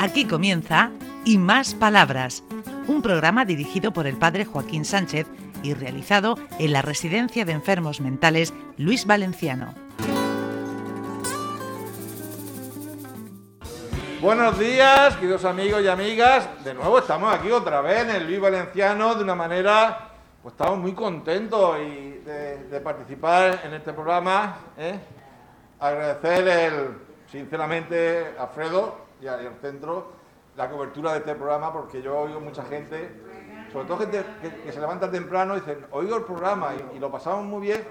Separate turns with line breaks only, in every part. Aquí comienza Y Más Palabras, un programa dirigido por el padre Joaquín Sánchez y realizado en la Residencia de Enfermos Mentales Luis Valenciano.
Buenos días, queridos amigos y amigas. De nuevo estamos aquí otra vez en el Luis Valenciano de una manera, pues estamos muy contentos y de, de participar en este programa. ¿eh? Agradecer el, sinceramente a Alfredo y al y al centro la cobertura de este programa porque yo oigo mucha gente, sobre todo gente que, que se levanta temprano y dicen, oigo el programa y, y lo pasamos muy bien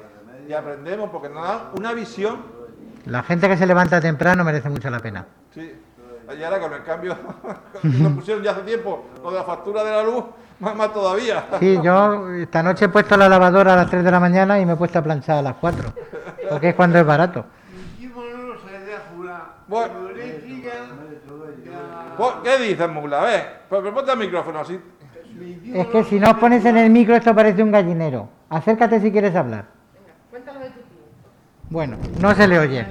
y aprendemos porque nos da una visión
La gente que se levanta temprano merece mucho la pena.
Sí, y ahora con el cambio que nos pusieron ya hace tiempo, lo de la factura de la luz, más, más todavía.
Sí, yo esta noche he puesto la lavadora a las 3 de la mañana y me he puesto a planchar a las 4, porque es cuando es barato.
Mi no se deja jurar.
Bueno.
Pero eléctrica, la-
Pues, ¿Qué dices, Mula? A ver, pues, pues, ponte al micrófono así.
mi tío
Es que
no
si
se
no os
deja
pones en
jurar.
el micro esto parece un gallinero. Acércate si quieres hablar. Bueno, no se le oye.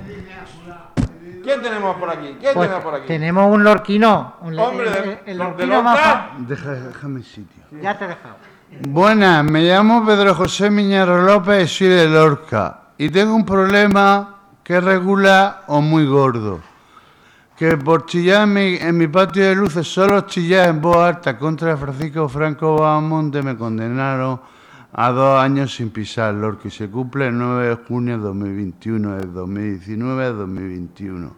¿Quién tenemos por aquí? ¿Quién
Pues
tenemos por aquí?
tenemos un lorquino. un-
Hombre,
el,
de,
el- el
de
lorquino
Lorca.
más fa-
Deja- déjame sitio.
Ya te he dejado.
Buenas, me llamo Pedro José Miñarro López, soy de Lorca y tengo un problema que es regular o muy gordo. Que por chillar en mi, en mi patio de luces, solo chillar en voz alta contra Francisco Franco Bamonte me condenaron a dos años sin pisar Lorca y se cumple el 9 de junio de 2021, el 2019 el 2021.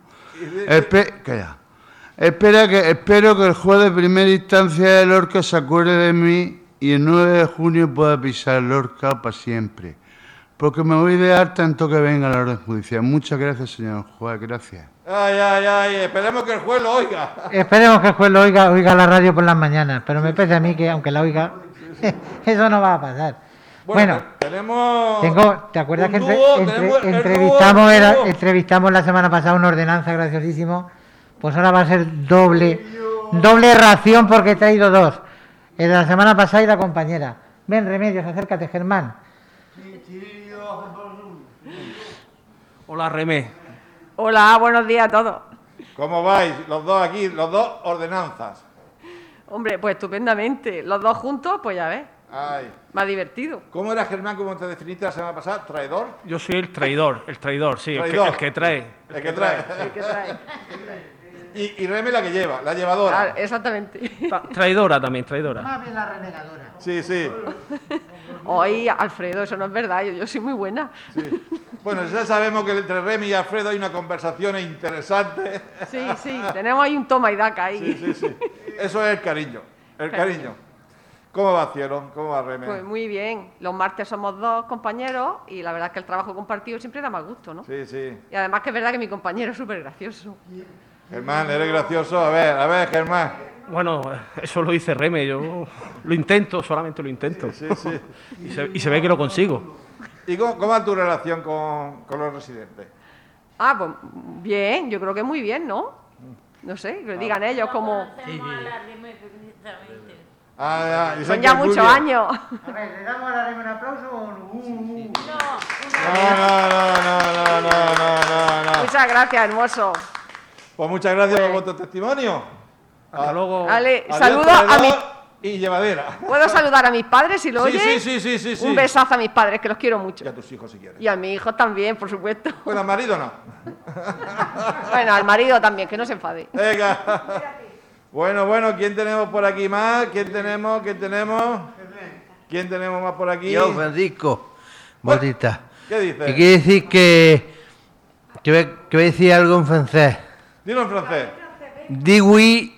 Espe- calla. Espera que, espero que el juez de primera instancia de Lorca se acuerde de mí y el 9 de junio pueda pisar Lorca para siempre. Porque me voy de harta tanto que venga la orden judicial. Muchas gracias, señor juez. Gracias.
Ay, ay, ay, esperemos que el juez lo oiga.
Esperemos que el juez lo oiga, oiga la radio por las mañanas, pero me parece a mí que aunque la oiga, eso no va a pasar. Bueno,
te- tenemos.
Tengo, ¿te acuerdas
un
que entre-
dúo,
entre-
tenemos el dúo,
entrevistamos,
el
era-
dúo.
entrevistamos la semana pasada una ordenanza graciosísimo? Pues ahora va a ser doble, doble ración porque he traído dos. El de la semana pasada y la compañera. Ven, Remedios, acércate, Germán.
Hola, Remé.
Hola, buenos días a todos.
¿Cómo vais? Los dos aquí, los dos ordenanzas.
Hombre, pues estupendamente. Los dos juntos, pues ya ves,
Ay.
más divertido.
¿Cómo era Germán? ¿Cómo te definiste la semana pasada? ¿Traidor?
Yo soy el traidor, el traidor, sí, el que-
Traidor.
El, que, trae.
El que trae.
El que trae.
Y, y Reme la que lleva, la llevadora.
Ah, exactamente.
Ta- traidora también, traidora.
la renegadora.
Sí, sí.
Hoy, Alfredo, eso no es verdad. Yo, yo soy muy buena.
Sí. Bueno, ya sabemos que entre Remy y Alfredo hay una conversación interesante.
Sí, sí. Tenemos ahí un toma y daca ahí.
Sí, sí, sí. Eso es el cariño. El cariño. ¿Cómo va, cielo? ¿Cómo va, Remy?
Pues muy bien. Los martes somos dos compañeros y la verdad es que el trabajo compartido siempre da más gusto, ¿no?
Sí, sí.
Y además que es verdad que mi compañero es súper gracioso.
Germán, eres gracioso. A ver, a ver, Germán.
Bueno, eso lo dice Reme, yo lo intento, solamente lo intento.
Sí, sí.
Y, se, y se ve que lo consigo.
¿Y cómo, cómo va tu relación con, con los residentes?
Ah, pues bien. Yo creo que muy bien, ¿no?
Mm.
No sé, que lo digan ellos como...
Ah, ya,
Son ya muchos años.
Ah.
A ver, ¿le damos a la Reme un aplauso o un- uh, un- un-
No, no, no, no, no, no, no, no.
Muchas gracias, hermoso.
Pues muchas gracias por vuestro testimonio.
Hasta
Ah.
luego.
Ale,
Adiós,
Eh, saludo a mi...
traidor Y llevadera.
¿Puedo saludar a mis padres si lo
Sí, sí,
oyen?
sí, sí, sí, sí.
Un besazo a mis padres, que los quiero
Y a
mucho.
tus hijos si quieres.
Y a mi hijo también, por supuesto.
Bueno, al marido no.
Bueno, al marido también, que no se enfade.
Venga. Bueno, bueno, ¿quién tenemos por aquí más? ¿Quién tenemos? ¿Quién tenemos? ¿Quién tenemos más por aquí?
Yo,
pues.
Francisco, Bautista.
¿Qué
Y
dices?
quiere decir que, que, voy, que voy a decir algo en francés.
Dilo en francés.
Dis oui,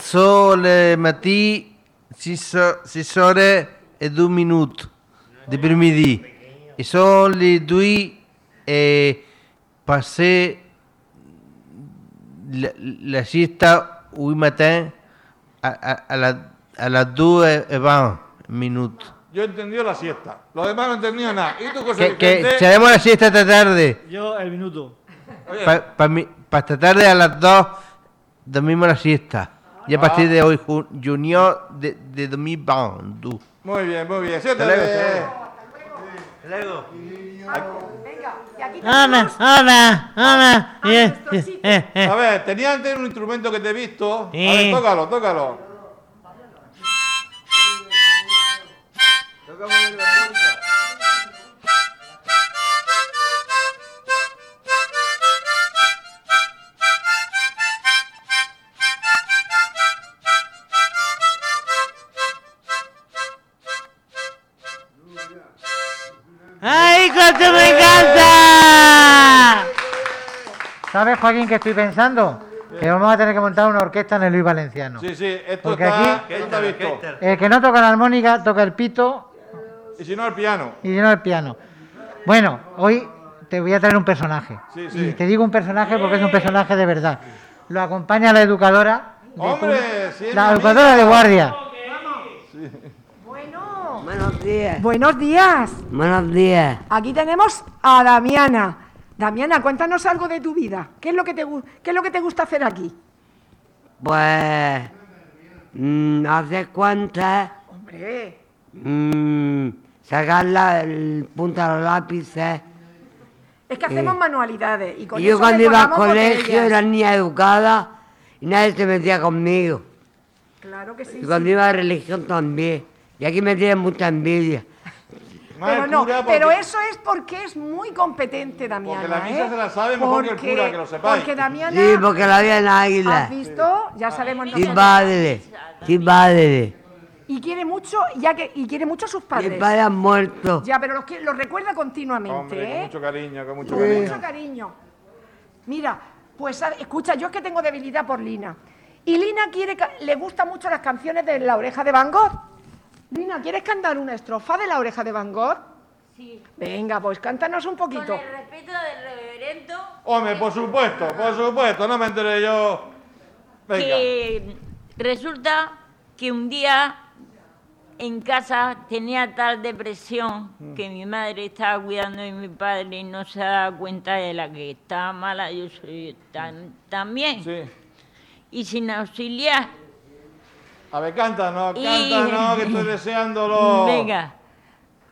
so le mati, six heures- six heures et deux minutes de midi Et so e les deux et passer la, la siesta oui matin à, à, à la, à la e deux et vingt minutes.
Yo he entendido la siesta. Los demás no he entendido nada. ¿Y tú, José
Que, que
Vicente?
echaremos la siesta esta tarde.
Yo, el minuto.
Para esta tarde a las 2 dormimos la siesta. Y a partir de hoy, ju- Junior de, de 2022.
Muy bien, muy bien.
luego,
Siéntate.
Lego.
Venga, y
uh,
aquí
Ana, Ana, Ana. Eh, eh, eh, eh.
A ver, tenía antes un instrumento que te he visto.
Sí.
A ver, tócalo, tócalo.
¡Ay, cuánto me encanta! ¿Sabes, Joaquín, qué estoy pensando? Que vamos a tener que montar una orquesta en el Luis Valenciano.
Sí, sí, esto
Porque
está.
aquí-
esto está visto.
El que no toca la armónica, toca el pito
Y si no, el piano.
y yo no el piano. Bueno, hoy te voy a traer un personaje.
Sí, sí.
Y te digo un personaje porque es un personaje de verdad. Lo acompaña la educadora. de
¡Hombre! Sí, es mi
La
amiga.
educadora de guardia.
Bueno,
Buenos días.
buenos días.
Buenos días.
Aquí tenemos a Damiana. Damiana, cuéntanos algo de tu vida. ¿Qué es lo que te, gu- qué es lo que te gusta hacer aquí?
Pues. mm, hace cuentas.
Hombre,
mm, sacar la, el punta de los lápices.
es que hacemos
Eh,
manualidades. Y con
Y yo
eso
cuando iba al
decoramos
colegio
botellas.
era niña educada y nadie se metía conmigo.
Claro que sí.
Y cuando
sí.
iba a religión también. Y aquí me tienen mucha envidia.
Más
Pero
el
no,
cura
pero
porque-
eso es porque es muy competente Damiana.
Porque la misa
¿eh?
se la sabe mejor que el
Porque-
cura, que lo sepáis. Ah.
Porque Damiana,
Sí, porque la había en
¿has
águila.
visto? Ya sabemos
Y
nosotros.
padre. Y padre.
Y quiere mucho, ya que, y quiere mucho a sus
Mi
padres.
padre ha muerto.
Ya, pero los, que- los recuerda continuamente,
Hombre,
¿eh?
con mucho cariño, con mucho
Con mucho
cariño.
cariño. Mira, pues a- escucha, yo es que tengo debilidad por Lina. Y Lina quiere ca- le gustan mucho las canciones de La oreja de Van Gogh. Lina, ¿quieres cantar una estrofa de La oreja de Van Gogh?
Sí.
Venga, pues cántanos un
Con
poquito.
el respeto del reverendo.
Hombre, por supuesto, por supuesto, no me enteré yo. Venga.
Que resulta que un día en casa tenía tal depresión que mi madre estaba cuidando de mi padre y no se daba cuenta de la que estaba mala. Yo soy tan, también.
Sí.
Y sin auxiliar.
A ver, cántanos,
Y-
cántanos, que estoy deseándolo.
Venga.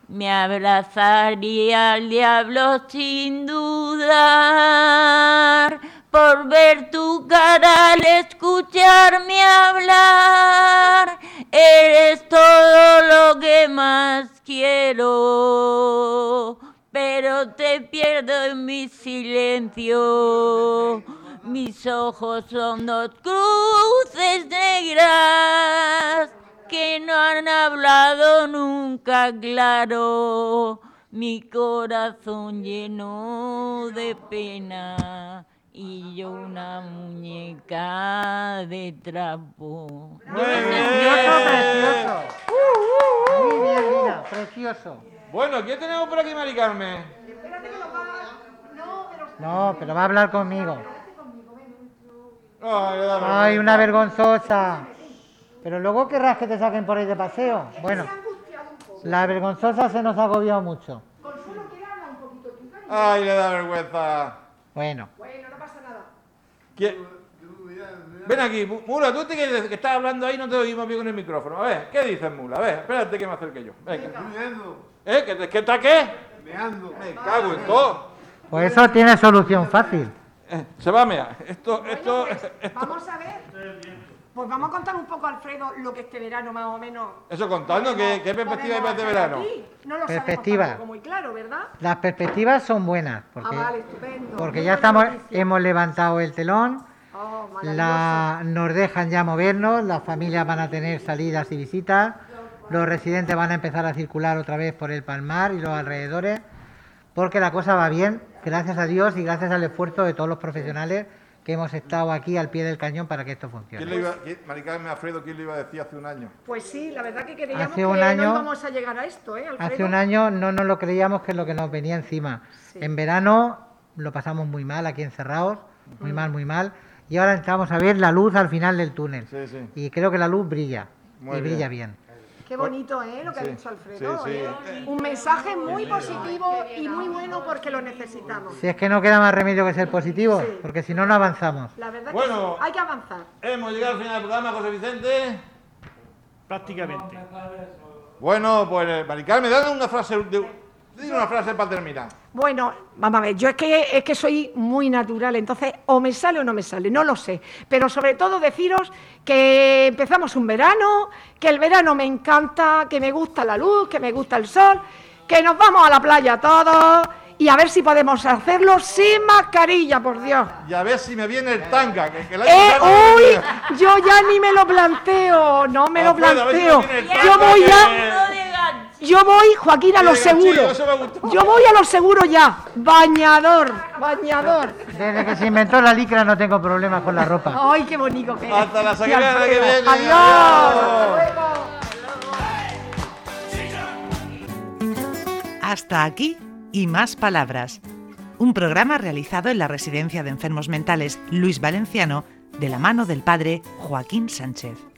Me abrazaría al diablo sin dudar por ver tu cara al escucharme hablar. Eres todo lo que más quiero, pero te pierdo en mi silencio. Mis ojos son dos cruces negras que no han hablado nunca claro. Mi corazón lleno de pena y yo una muñeca de trapo.
Muy
Precioso,
bien.
precioso. Muy bien, Lina, precioso.
Bueno, ¿quién tenemos por aquí, Mari Carmen?
No, pero va a hablar conmigo.
Ay, le da
Ay, una
vergüenza.
vergonzosa. Pero luego querrás que te saquen por ahí de paseo. Bueno, la vergonzosa se nos ha agobiado mucho.
Ay, le da vergüenza.
Bueno,
¿Quién? Ven aquí, Mu- Mula, tú te que, que estás hablando ahí no te oímos bien con el micrófono. A ver, ¿qué dices, Mula? A ver, espérate que me acerque yo. Venga.
Meando,
¿Eh? ¿Que, te- que está qué?
meando.
Me cago en todo.
pues eso tiene solución fácil.
Eh, se va a mear. Esto,
Bueno,
esto, eh,
pues, vamos a ver. Pues vamos a contar un poco, Alfredo, lo que este verano más o menos.
Eso contando, ¿qué, qué perspectiva hay
podemos
para este
hacer
verano?
aquí. No lo
Perspectiva.
sabemos tampoco muy claro, ¿verdad?
Las perspectivas son buenas,
Ah, vale,
porque,
estupendo.
porque
Muy
ya
buena
estamos,
noticia.
hemos levantado el telón,
Oh, maravilloso.
la, nos dejan ya movernos, las familias van a tener salidas y visitas, los residentes van a empezar a circular otra vez por el Palmar y los alrededores, porque la cosa va bien, gracias a Dios y gracias al esfuerzo de todos los profesionales que hemos estado aquí al pie del cañón para que esto
¿Quién lo
funcione.
iba, quién- Mari Carmen Alfredo, ¿quién lo iba a decir hace un año?
Pues sí, la verdad que creíamos
Hace
que
un año-
no íbamos a llegar a esto, ¿eh, Alfredo?
Hace un año no nos lo creíamos que es lo que nos venía encima. En verano lo pasamos muy mal aquí encerrados, muy mal, muy mal. Y ahora estamos a ver la luz al final del túnel.
Sí, sí.
Y creo que la luz brilla.
Muy
y
bien.
brilla bien.
Qué bonito, ¿eh? Lo que
Sí,
ha dicho Alfredo.
sí, sí.
¿eh? Un mensaje muy positivo y muy bueno porque lo necesitamos.
Si es que no queda más remedio que ser positivo, porque si no, no avanzamos.
La verdad
Bueno.
que sí, hay que avanzar.
Hemos llegado al final del programa, José Vicente.
prácticamente.
Bueno, pues eh, Mari Carmen, dale una frase de, Dime una frase para terminar.
Bueno, vamos a ver, yo es que, es que soy muy natural, entonces o me sale o no me sale, no lo sé. Pero sobre todo deciros que empezamos un verano, que el verano me encanta, que me gusta la luz, que me gusta el sol, que nos vamos a la playa todos y a ver si podemos hacerlo sin mascarilla, por Dios.
Y a ver si me viene el tanga. Que, que la
Eh, uy, yo ya ni me lo planteo, no me lo
Alfredo, a ver si no
planteo.
tiene el
Yo
tanga
voy
que-
a... Yo voy, Joaquín, a lo seguro. Yo voy a lo seguro ya. Bañador, bañador.
Desde que se inventó la licra no tengo problemas con la ropa.
Ay, qué bonito que es.
Hasta la
Tía
semana que
Alfredo.
viene.
Adiós.
Adiós.
Hasta aquí y más palabras. Un programa realizado en la Residencia de Enfermos Mentales Luis Valenciano de la mano del padre Joaquín Sánchez.